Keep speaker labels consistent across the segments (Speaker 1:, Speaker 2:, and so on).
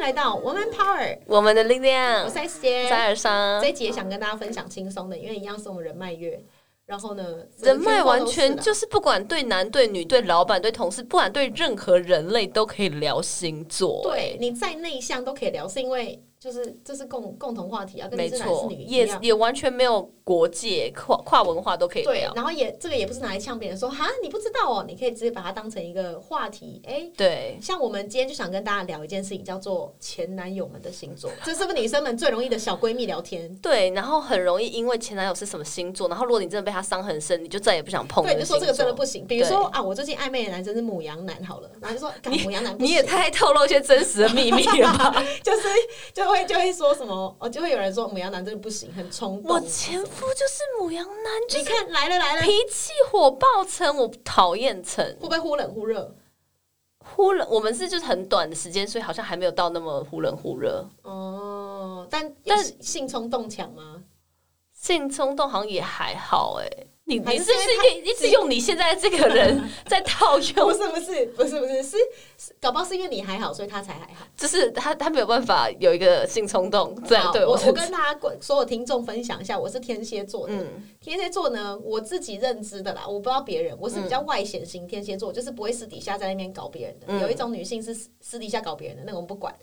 Speaker 1: 来到 Woman Power，
Speaker 2: 我们的力
Speaker 1: 我
Speaker 2: 量
Speaker 1: 是艾斯杰。
Speaker 2: 在啊耳上
Speaker 1: 这，一集也想跟大家分享轻松的，因为一样是我们人脉月。然后呢，
Speaker 2: 人脉完全
Speaker 1: 就。
Speaker 2: 就是不管对男对女对老板对同事，不管对任何人类都可以聊星座。
Speaker 1: 对，啊你再内向都可以聊，是因为就是这是共共同话题啊，跟你
Speaker 2: 没
Speaker 1: 是男是
Speaker 2: 错，
Speaker 1: 女一
Speaker 2: 也
Speaker 1: 样。
Speaker 2: 也完全没有国界，跨跨文化都可以
Speaker 1: 对啊
Speaker 2: 聊，。
Speaker 1: 然后也这个也不是拿来呛别人说哈你不知道哦，你可以直接把它当成一个话题。哎，
Speaker 2: 对，
Speaker 1: 像我们今天就想跟大家聊一件事情，叫做前男友们的星座，这是不是女生们最容易的小闺蜜聊天？
Speaker 2: 对，然后很容易因为前男友是什么星座，然后如果你真的被他伤很深，你就再也不想碰。
Speaker 1: 对，你就说这个真的不，行。比如
Speaker 2: 对
Speaker 1: 说啊，我最近暧昧的男生是母羊男，好了，然后就说干母羊男不
Speaker 2: 你也
Speaker 1: 行，
Speaker 2: 太透露一些真实的秘密了 吧？
Speaker 1: 就是就会就会说什么哦，就会有人说母羊男真的不行，很冲动。
Speaker 2: 我前夫就是母羊男，就
Speaker 1: 你
Speaker 2: 是
Speaker 1: 看来了来了，
Speaker 2: 脾气火爆成我讨厌成。
Speaker 1: 会不会忽冷忽热？
Speaker 2: 忽冷，我们是就是很短的时间，所以好像还没有到那么忽冷忽热。
Speaker 1: 哦，但
Speaker 2: 但
Speaker 1: 但性冲动强 吗？
Speaker 2: 性冲动好像也还好哎、你
Speaker 1: 还
Speaker 2: 你
Speaker 1: 是
Speaker 2: 是不
Speaker 1: 因为
Speaker 2: 是一
Speaker 1: 他
Speaker 2: 一直用你现在这 个人在套
Speaker 1: 不
Speaker 2: 用？
Speaker 1: 是不是不是不是是是，搞不好是因为你还好，所以他才还好。
Speaker 2: 就是他他没有办法有一个性冲动，对
Speaker 1: 好
Speaker 2: 对，
Speaker 1: 我
Speaker 2: 是
Speaker 1: 我跟大家所有听众分享一下，我是天蝎座的。
Speaker 2: 嗯
Speaker 1: 天蝎座呢，我自己认知的啦，我不知道别人，我是比较外显型天蝎座，就是不会私底下在那边搞别人的。
Speaker 2: 嗯
Speaker 1: 有一种女性是私私底下搞别人的，那个我们不管。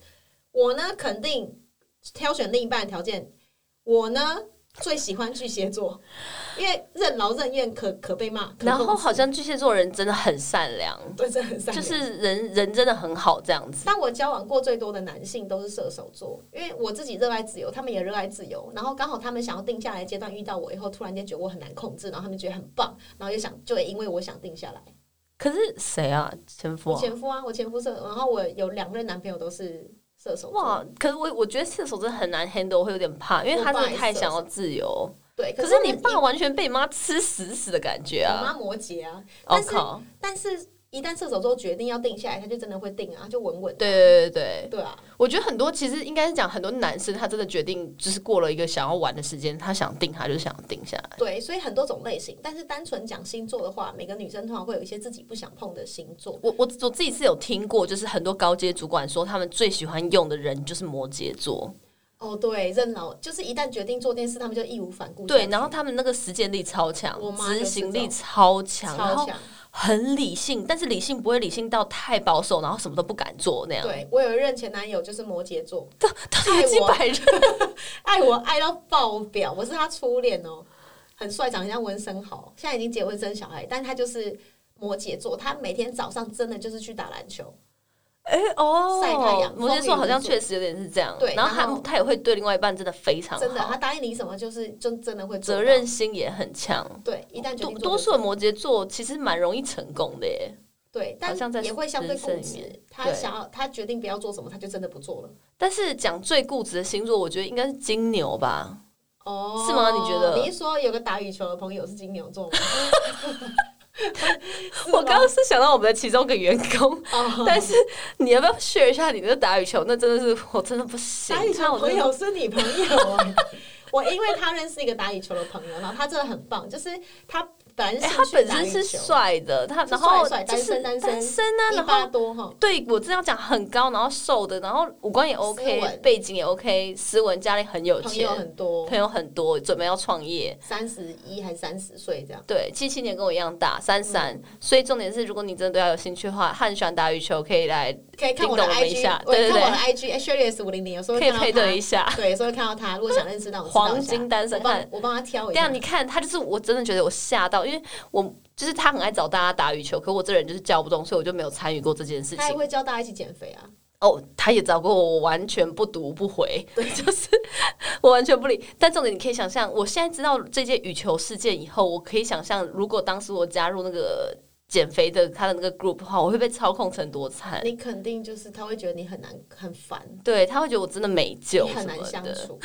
Speaker 1: 我呢，肯定挑选另一半的条件，我呢最喜欢巨蟹座，因为任劳任怨可，可被骂。可
Speaker 2: 然后
Speaker 1: 控
Speaker 2: 好像巨蟹座人真的很善良，
Speaker 1: 对，这很善
Speaker 2: 就
Speaker 1: 良
Speaker 2: 是人人真的很好这样子。
Speaker 1: 但我交往过最多的男性都是射手座，因为我自己热爱自由，他们也热爱自由，然后刚好他们想要定下来的阶段遇到我以后，突然间觉得我很难控制，然后他们觉得很棒，然后就想就也因为我想定下来。
Speaker 2: 可是谁啊？前夫
Speaker 1: 我
Speaker 2: 啊？
Speaker 1: 前夫啊，我前夫射，然后我有两任男朋友都是射手座，
Speaker 2: 哇！可是我我觉得射手真的很难 handle，我会有点怕，因为他真的太想要自由。
Speaker 1: 对，
Speaker 2: 可
Speaker 1: 是
Speaker 2: 是你
Speaker 1: 我
Speaker 2: 爸完全被你妈吃死死的感觉啊！
Speaker 1: 妈摩羯啊，
Speaker 2: 我
Speaker 1: 但是
Speaker 2: 哦靠！
Speaker 1: 但是一旦射手座决定要定下来，他就真的会定啊，就稳稳的，
Speaker 2: 对对对对，
Speaker 1: 对啊，
Speaker 2: 我觉得很多其实应该是讲很多男生，他真的决定就是过了一个想要玩的时间，他想定他就想定下来。
Speaker 1: 对，所以很多种类型，但是单纯讲星座的话，每个女生通常会有一些自己不想碰的星座。
Speaker 2: 我我我自己是有听过，就是很多高阶主管说他们最喜欢用的人就是摩羯座，
Speaker 1: 哦，对，任劳就是一旦决定做件事，他们就义无反顾下去。
Speaker 2: 对，然后他们那个实践力超强
Speaker 1: 我，妈就是
Speaker 2: 执行力超强，然
Speaker 1: 超
Speaker 2: 后
Speaker 1: 强。
Speaker 2: 很理性，但是理性不会理性到太保守，然后什么都不敢做那样。
Speaker 1: 对我有一任前男友就是摩羯座，
Speaker 2: 到到底有几百人？
Speaker 1: 爱我爱到爆表，我是他初恋哦，很帅，长得像温升豪，现在已经结婚生小孩，但他就是摩羯座，他每天早上真的就是去打篮球，
Speaker 2: 哎哦，
Speaker 1: 晒太阳
Speaker 2: 摩羯座好像
Speaker 1: 风雨无阻
Speaker 2: 确实有点是这样。
Speaker 1: 对
Speaker 2: 然后
Speaker 1: 然
Speaker 2: 他
Speaker 1: 后
Speaker 2: 他也会对另外一半真的非常
Speaker 1: 真的，
Speaker 2: 好
Speaker 1: 他，答应你什么就是就真的会做到
Speaker 2: 责。任心也很强。
Speaker 1: 对，一旦决
Speaker 2: 多
Speaker 1: 定做
Speaker 2: 多
Speaker 1: 就
Speaker 2: 数的摩羯座其实蛮容易成功的耶，
Speaker 1: 对，
Speaker 2: 好像在
Speaker 1: 但也会相对
Speaker 2: 人
Speaker 1: 固
Speaker 2: 生里
Speaker 1: 执
Speaker 2: 面。
Speaker 1: 他
Speaker 2: 对
Speaker 1: 想要，他决定不要做什么，他就真的不做了。
Speaker 2: 但是讲最固执的星座，我觉得应该是金牛吧。
Speaker 1: 哦，
Speaker 2: 是吗你觉得
Speaker 1: 你一说有个打羽球的朋友是金牛座吗？是吗
Speaker 2: 我刚刚是想到我们的其中一个员工，
Speaker 1: 哦，
Speaker 2: 但是你要不要 share 一下你那个打羽球？那真的是我真的不行，
Speaker 1: 打羽球的
Speaker 2: 看我真
Speaker 1: 朋
Speaker 2: 的
Speaker 1: 友是你朋友啊。我因为他认识一个打羽球的朋友，然后他真的很棒，就是他本来
Speaker 2: 哎、
Speaker 1: 是
Speaker 2: 他本
Speaker 1: 打
Speaker 2: 身
Speaker 1: 羽
Speaker 2: 是
Speaker 1: 球
Speaker 2: 帅的，他
Speaker 1: 是
Speaker 2: 然后
Speaker 1: 帅帅
Speaker 2: 就
Speaker 1: 单身
Speaker 2: 是
Speaker 1: 单身
Speaker 2: 单身啊，
Speaker 1: 一
Speaker 2: 然
Speaker 1: 八
Speaker 2: 后
Speaker 1: 多哈，
Speaker 2: 对我这样讲很高，然后瘦的，然后五官也
Speaker 1: 斯文
Speaker 2: OK，背景也 OK，斯文，家里很有
Speaker 1: 朋友
Speaker 2: 钱，
Speaker 1: 很多，
Speaker 2: 朋友很多，准备要创业，
Speaker 1: 三十一还三十岁这样。
Speaker 2: 对，七七年跟我一样
Speaker 1: 嗯
Speaker 2: 大，三三、所以重点是，如果你真的对他有兴趣的话，他很喜欢打羽球，可以来
Speaker 1: 可以看我的
Speaker 2: 叮咚我们一
Speaker 1: IG，
Speaker 2: 下
Speaker 1: 我
Speaker 2: 对对
Speaker 1: 看
Speaker 2: 对
Speaker 1: 我的 IG s h i r l e y S 五零零，有时候
Speaker 2: 可
Speaker 1: 会
Speaker 2: 以
Speaker 1: 看到
Speaker 2: 配
Speaker 1: 他
Speaker 2: 对一，下。
Speaker 1: 对，有时候会看到他。如果想认识到我知道一下，
Speaker 2: 黄金单身
Speaker 1: 我帮
Speaker 2: 汉
Speaker 1: 我帮他挑一
Speaker 2: 这
Speaker 1: 下
Speaker 2: 样。你看，他就是我真的觉得我吓到，因为我就是他很爱找大家打羽球，可我这人就是叫不动，所以我就没有参与过这件事
Speaker 1: 他也
Speaker 2: 情。
Speaker 1: 会教大家一起减肥啊。
Speaker 2: 哦，他也找过我，我完全不读 不回，对，就是我完全不理。但重点你可以想象，我现在知道这件羽球事件以后，我可以想象，如果当时我加入那个减肥的他的那个 group 的话，我会被操控成多惨。
Speaker 1: 你肯定就是他会觉得你很难很烦，
Speaker 2: 对他会觉得我真的没
Speaker 1: 你
Speaker 2: 救
Speaker 1: 很
Speaker 2: 什
Speaker 1: 难
Speaker 2: 么
Speaker 1: 相
Speaker 2: 的。
Speaker 1: 处。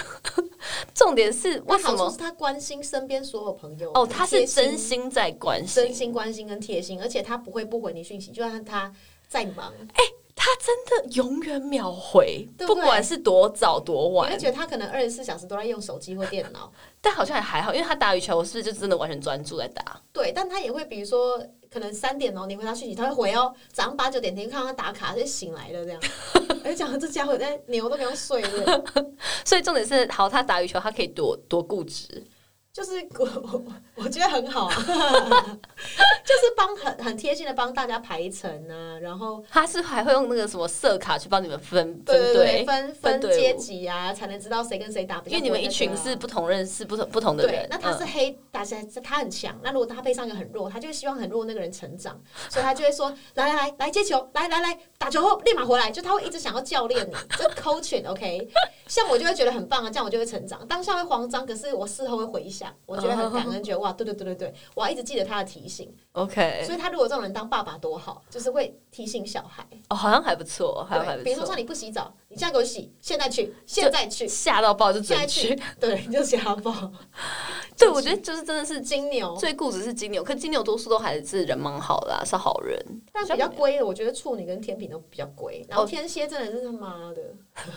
Speaker 2: 重点是为
Speaker 1: 但
Speaker 2: 什
Speaker 1: 好处
Speaker 2: 么？
Speaker 1: 是他关心身边所有朋友
Speaker 2: 哦，他是
Speaker 1: 贴心
Speaker 2: 真心在关
Speaker 1: 真
Speaker 2: 心，
Speaker 1: 心关心跟贴心，而且他不会不回你讯息，就算他再忙，
Speaker 2: 他他真的永远秒回，
Speaker 1: 对
Speaker 2: 不管是多早多
Speaker 1: 你
Speaker 2: 晚
Speaker 1: 会，觉得他可能二十四小时都在用手机或电脑，
Speaker 2: 但好像也还好，因为他打羽球是不是就真的完全专注在打？
Speaker 1: 对，但他也会比如说可能三点哦，你回他讯息，他会回哦，早上八九点你看到他打卡就醒来 了这样，而且讲这家伙在牛都不用睡了，
Speaker 2: 所以重点是，好，他打羽球，他可以多多固执，
Speaker 1: 就是我我我觉得很 好啊，就是帮很很贴心的帮大家排程啊，然后
Speaker 2: 他是还会用那个什么色卡去帮你们分
Speaker 1: 对
Speaker 2: 分
Speaker 1: 对
Speaker 2: 队
Speaker 1: 对，，分
Speaker 2: 分
Speaker 1: 分
Speaker 2: 队伍
Speaker 1: 阶级啊，才能知道谁跟谁打，比较
Speaker 2: 因为你
Speaker 1: 不会
Speaker 2: 们一
Speaker 1: 那个
Speaker 2: 群
Speaker 1: 啊
Speaker 2: 是不同认识、不同不同的
Speaker 1: 对
Speaker 2: 人，，
Speaker 1: 那他是
Speaker 2: 嗯
Speaker 1: 黑，打起来他很强。那如果他配上一个很弱，他就会希望很弱那个人成长，所以他就会说：“来来来，来接球，来来来，打球后立马回来。”就他会一直想要教 练你，这 coaching，OK？、像我就会觉得很棒啊，这样我就会成长。当下会慌张，可是我事后会回想，我觉得很感恩，觉得哇，对对对对对，我要一直记得他的提醒。
Speaker 2: 嗯 OK，
Speaker 1: 所以他如果这种人当爸爸多好，就是会提醒小孩。
Speaker 2: 哦，好像还不错，还
Speaker 1: 对，
Speaker 2: 还不
Speaker 1: 比如说
Speaker 2: 错
Speaker 1: 像，你不洗澡，你现在给我洗，现在去，现在去，
Speaker 2: 吓到爆就
Speaker 1: 现在
Speaker 2: 准
Speaker 1: 去
Speaker 2: 去。，
Speaker 1: 对，你就家暴。
Speaker 2: 对，我觉得就是真的是
Speaker 1: 金牛。
Speaker 2: 最固执是金牛，可金牛多数都还是人蛮好的、啊，是好人。
Speaker 1: 但比较龟的，我觉得处女跟天平都比较龟，
Speaker 2: 哦
Speaker 1: 然后天蝎真的是他妈的、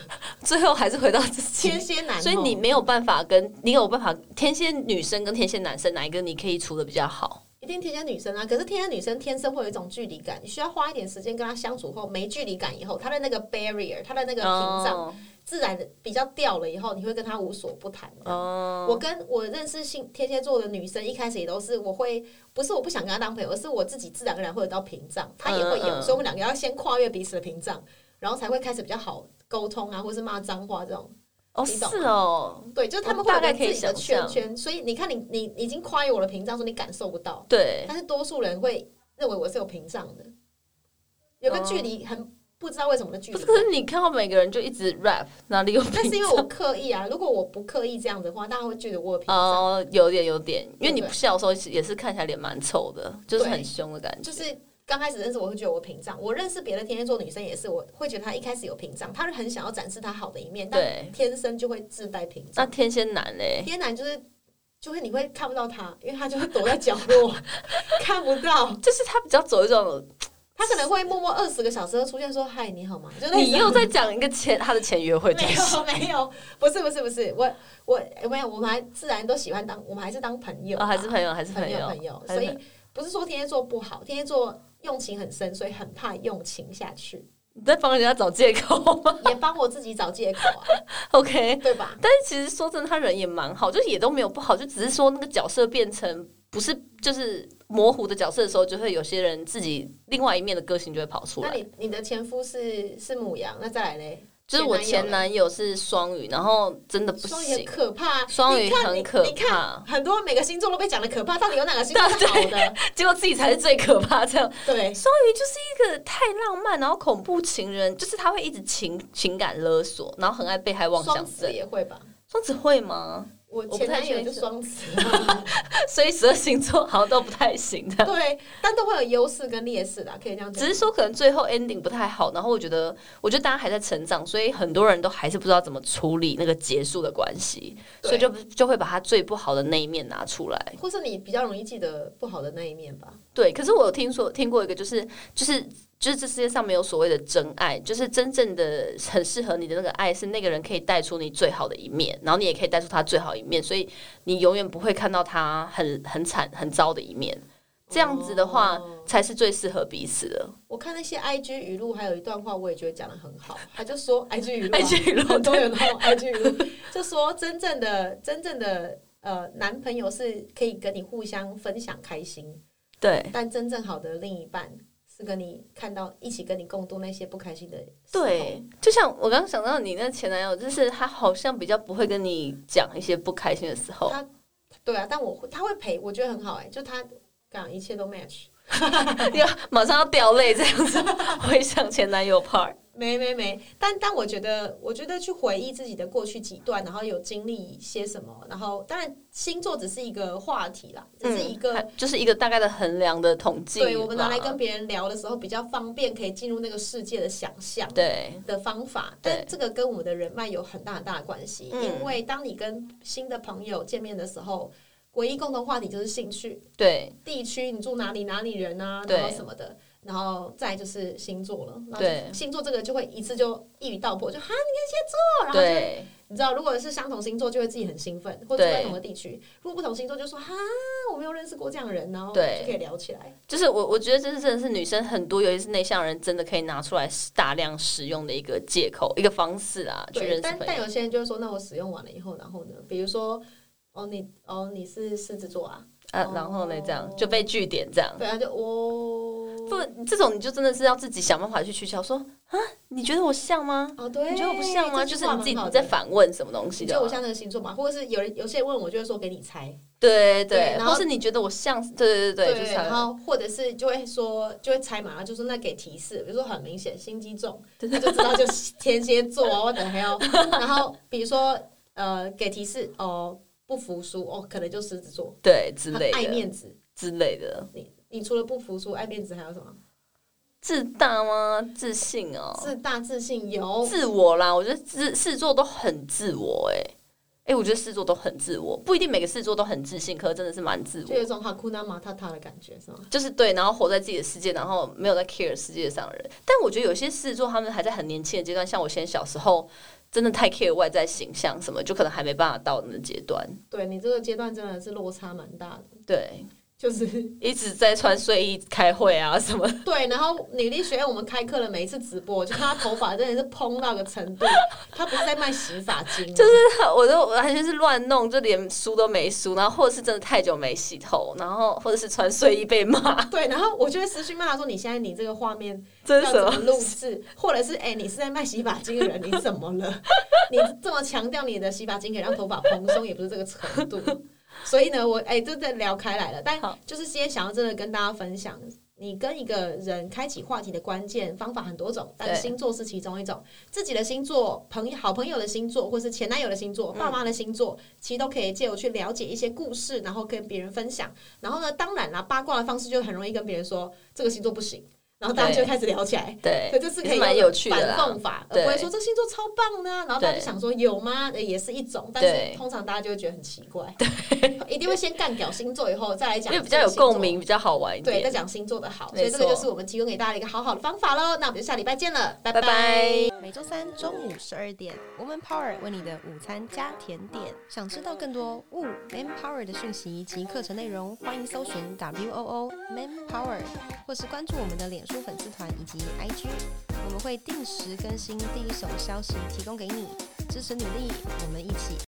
Speaker 2: 最后还是回到自己
Speaker 1: 天。蝎男哦，
Speaker 2: 所以你没有办法跟你有办法天蝎女生跟天蝎男生哪一个你可以处的比较好？
Speaker 1: 一定天蝎女生啊，可是天蝎女生天生会有一种距离感，你需要花一点时间跟她相处后，没距离感以后，她的那个 barrier，她的那个屏障、
Speaker 2: 哦
Speaker 1: 自然地比较掉了以后，你会跟她无所不谈。
Speaker 2: 哦，
Speaker 1: 我跟我认识性天蝎座的女生，一开始也都是我会，不是我不想跟她当朋友，而是我自己自然而然会有到屏障，她也会有，
Speaker 2: 嗯嗯
Speaker 1: 所以我们两个要先跨越彼此的屏障，然后才会开始比较好沟通啊，或是骂脏话这种。
Speaker 2: 哦
Speaker 1: 你懂
Speaker 2: 是哦，
Speaker 1: 对，就是他们
Speaker 2: 我
Speaker 1: 会有
Speaker 2: 大概
Speaker 1: 个自己的
Speaker 2: 可以
Speaker 1: 圈
Speaker 2: 想
Speaker 1: 圈，所以你看你，你已经跨越我的屏障，说你感受不到，
Speaker 2: 对，
Speaker 1: 但是多数人会认为我是有屏障的，有个
Speaker 2: 哦
Speaker 1: 距离，很不知道为什么的距
Speaker 2: 不
Speaker 1: 离
Speaker 2: 是，。可是你看到每个人就一直 rap，哪里有
Speaker 1: 但是
Speaker 2: 品？
Speaker 1: 因为我刻意啊，如果我不刻意这样子的话，大家会觉得我有屏障，
Speaker 2: 哦，有点有点，因为你
Speaker 1: 对
Speaker 2: 不笑的时候也是看起来脸蛮丑的，就是很凶的感觉。
Speaker 1: 就是。刚开始认识我会觉得我屏障，我认识别的天蝎座女生也是，我会觉得她一开始有屏障，她是很想要展示她好的一面，但
Speaker 2: 对，
Speaker 1: 天生就会自带屏
Speaker 2: 那
Speaker 1: 障。
Speaker 2: 天蝎男欸嘞，
Speaker 1: 天男就是就会你会看不到他，因为他就会躲在角落， 看不到。
Speaker 2: 就是他比较走一种
Speaker 1: 他可能会默默二十个小时后出现说：“嗨，你好吗？”就那
Speaker 2: 你又
Speaker 1: 种
Speaker 2: 在讲一个前他的前约会故
Speaker 1: 没
Speaker 2: 事
Speaker 1: 有没有，不是不是不是，我我没有，我们还自然都喜欢当，我们还是当朋友
Speaker 2: 啊，
Speaker 1: 吧
Speaker 2: 还是朋友，还是
Speaker 1: 朋
Speaker 2: 朋
Speaker 1: 友
Speaker 2: 友，
Speaker 1: 朋友，
Speaker 2: 还是
Speaker 1: 所以不是说天蝎座不好，天蝎座用情很深，所以很怕用情下去，
Speaker 2: 你在帮人家找借口吗
Speaker 1: 也帮我自己找借口啊，
Speaker 2: ？OK，
Speaker 1: 对吧？
Speaker 2: 但是其实说真的，他人也蛮好，就是也都没有不好，就只是说那个角色变成不是就是模糊的角色的时候，就会有些人自己另外一面的个性就会跑出
Speaker 1: 那
Speaker 2: 来。
Speaker 1: 你你的前夫是是母羊，那再来嘞？
Speaker 2: 就是我前
Speaker 1: 前男
Speaker 2: 男友是双鱼，然后真的不
Speaker 1: 双鱼很
Speaker 2: 行，
Speaker 1: 可怕，
Speaker 2: 双鱼
Speaker 1: 你看
Speaker 2: 很
Speaker 1: 你
Speaker 2: 可
Speaker 1: 你看
Speaker 2: 怕，
Speaker 1: 很多每个星座都被讲的可怕，到底有哪个星座是好的？
Speaker 2: 结果自己才是最可怕这样。
Speaker 1: 对，
Speaker 2: 双鱼就是一个太浪漫，然后恐怖情人，就是他会一直情情感勒索，然后很爱被害妄
Speaker 1: 双
Speaker 2: 想
Speaker 1: 子
Speaker 2: 症。
Speaker 1: 也会吧？
Speaker 2: 双子会吗？
Speaker 1: 我
Speaker 2: 不
Speaker 1: 前
Speaker 2: 太
Speaker 1: 男友
Speaker 2: 确
Speaker 1: 就
Speaker 2: 定
Speaker 1: 双子，
Speaker 2: 所以十二星座好像都不太行的，
Speaker 1: 对，但都会有优势跟劣势的，可以这样
Speaker 2: 只
Speaker 1: 讲。
Speaker 2: 是说可能最后 ending 不太好。然后我觉得，我觉得大家还在成长，所以很多人都还是不知道怎么处理那个结束的关系，
Speaker 1: 对
Speaker 2: 所以就就会把他最不好的那一面拿出来。
Speaker 1: 或是你比较容易记得不好的那一面吧？
Speaker 2: 对，可是我有听说听过一个、就是，就是就是这世界上没有所谓的真爱，就是真正的很适合你的那个爱，是那个人可以带出你最好的一面，然后你也可以带出他最好一面，所以你永远不会看到他很很惨很糟的一面。这样子的话，
Speaker 1: 哦
Speaker 2: 才是最适合彼此的。
Speaker 1: 我看那些 IG 语录，还有一段话，我也觉得讲的很好。他就说 IG 语录、啊，
Speaker 2: IG 语录
Speaker 1: 很多人都用 IG 语录，就说真正的真正的呃男朋友是可以跟你互相分享开心，
Speaker 2: 对
Speaker 1: 但真正好的另一半是跟你看到一起跟你共度那些不开心的时候。
Speaker 2: 对，就像我刚刚想到你那前男友，就是他好像比较不会跟你讲一些不开心的时 候。
Speaker 1: 对啊，但我会他会陪，我觉得很好哎、就他讲一切都 match。
Speaker 2: 你要马上要掉泪这样子，回想前男 友 part。
Speaker 1: 没没没，但但我觉得，我觉得去回忆自己的过去几段，然后有经历一些什么，然后当然星座只是一个话题啦，只是一个、
Speaker 2: 嗯就是一个大概的衡量的统计吧。
Speaker 1: 对我们拿来跟别人聊的时候比较方便，可以进入那个世界的想象
Speaker 2: 对
Speaker 1: 的方法。
Speaker 2: 对
Speaker 1: 但这个跟我们的人脉有很大很大的关系，
Speaker 2: 嗯
Speaker 1: 因为当你跟新的朋友见面的时候，唯一共同话题就是兴趣、
Speaker 2: 对
Speaker 1: 地区，你住哪里，哪里人啊，
Speaker 2: 对
Speaker 1: 然后什么的。然后再就是星座了，然后
Speaker 2: 对
Speaker 1: 星座这个就会一次就一语道破，就哈你看星座，然后就
Speaker 2: 对
Speaker 1: 你知道，如果是相同星座，就会自己很兴奋，或者
Speaker 2: 对
Speaker 1: 在同个地区；如果不同星座，就说哈我没有认识过这样的人，然后就
Speaker 2: 对
Speaker 1: 可以聊起来。
Speaker 2: 就是我，我觉得这是真的是女生很多，尤其是内向人，真的可以拿出来大量使用的一个借口、一个方式啊，去认
Speaker 1: 对，
Speaker 2: 识
Speaker 1: 但
Speaker 2: 朋
Speaker 1: 但
Speaker 2: 友。
Speaker 1: 有些人就会说，那我使用完了以后，然后呢？比如说，哦你哦你是狮子座啊，
Speaker 2: 啊，然后呢，这样
Speaker 1: 哦
Speaker 2: 就被据点这样。
Speaker 1: 对啊，就哦
Speaker 2: 嗯不，这种你就真的是要自己想办法去取巧，说啊，你觉得我像吗？
Speaker 1: 哦对，
Speaker 2: 你觉得我不像吗？
Speaker 1: 这句
Speaker 2: 就是
Speaker 1: 话
Speaker 2: 你自己
Speaker 1: 蛮好
Speaker 2: 你
Speaker 1: 的
Speaker 2: 在反问什么东西
Speaker 1: 你
Speaker 2: 的
Speaker 1: 觉
Speaker 2: 啊。
Speaker 1: 得我像那个星座吗？或者是有人有些人问我，就会说给你猜，
Speaker 2: 对
Speaker 1: 对
Speaker 2: 对，
Speaker 1: 然后
Speaker 2: 或是你觉得我像？对对对就是
Speaker 1: 然
Speaker 2: 像
Speaker 1: 后或者是就会说就会猜嘛，然后就说那给提示，比如说很明显心机重，他就知 道就是天蝎座啊，我等还要，然后比如说呃给提示哦不服输哦，可能就狮子座，
Speaker 2: 对之
Speaker 1: 很
Speaker 2: 类
Speaker 1: 爱
Speaker 2: 的
Speaker 1: 面子，
Speaker 2: 之类的，
Speaker 1: 你你除了不服输爱面子还有什么？
Speaker 2: 自大吗？自信哦，
Speaker 1: 自大自信有，
Speaker 2: 自我啦，我觉得自狮子座都很自我、欸，哎，哎，我觉得狮子座都很自我，不一定每个狮子座都很自信，可是真的是蛮自
Speaker 1: 就
Speaker 2: 我，
Speaker 1: 有一种哈库纳马塔塔的感觉是吗？
Speaker 2: 就是对，然后活在自己的世界，然后没有在 care 世界上的人。但我觉得有些狮子座他们还在很年轻的阶段，像我先小时候。真的太 care 外在形象什么，就可能还没办法到那个阶段。
Speaker 1: 对你这个阶段真的是落差蛮大的，
Speaker 2: 对，
Speaker 1: 就是
Speaker 2: 一直在穿睡衣开会啊什么，
Speaker 1: 对，然后女力学院我们开课了，每一次直播，我就看她头发真的是蓬到个程度，她不是在卖洗发精啊吗，
Speaker 2: 就是我都完全是乱弄，就连梳都没梳，然后或者是真的太久没洗头，然后或者是穿睡衣被骂，
Speaker 1: 对。然后我就会私讯骂她说：“你现在你这个画面
Speaker 2: 这
Speaker 1: 要
Speaker 2: 是
Speaker 1: 怎
Speaker 2: 什么
Speaker 1: 么？录制？或者是哎、你是在卖洗发精的人，你怎么了？ 你这么强调你的洗发精可以让头发蓬松，也不是这个程度。所以呢，我哎、真的聊开来了，但
Speaker 2: 好
Speaker 1: 就是今天想要真的跟大家分享。”你跟一个人开启话题的关键方法很多种，但
Speaker 2: 对
Speaker 1: 星座是其中一种。自己的星座、朋友、好朋友的星座，或是前男友的星座、
Speaker 2: 嗯
Speaker 1: 爸妈的星座，其实都可以借由去了解一些故事，然后跟别人分享。然后呢，当然啦，八卦的方式就很容易跟别人说这个星座不行，然后大家
Speaker 2: 对
Speaker 1: 就开始聊起来。
Speaker 2: 对，
Speaker 1: 对，这是可
Speaker 2: 也
Speaker 1: 以
Speaker 2: 是蛮
Speaker 1: 用
Speaker 2: 有趣的
Speaker 1: 反
Speaker 2: 啦。
Speaker 1: 讽法，而
Speaker 2: 对
Speaker 1: 不会说这星座超棒的啊、然后大家就
Speaker 2: 对
Speaker 1: 想说有吗？呃也是一种，但
Speaker 2: 对
Speaker 1: 是通常大家就会觉得很奇怪，一定会先干掉星座，以后再来
Speaker 2: 因
Speaker 1: 讲
Speaker 2: 为比较有共鸣，比较好玩一
Speaker 1: 这个星座，对，再
Speaker 2: 点。
Speaker 1: 讲星座的好，
Speaker 2: 没
Speaker 1: 所以这个
Speaker 2: 错
Speaker 1: 就是我们提供给大家的一个好好的方法喽。那我们就下礼拜见了，拜
Speaker 2: 拜拜。
Speaker 3: 每周三中午十二点，Woman Power 为你的午餐加甜点。想知道更多 Wo Man Power 的讯息及课程内容，欢迎搜寻 W O O Man Power，或是关注我们的脸书粉丝团以及 IG，我们会定时更新第一手消息，提供给你支持女力，我们一起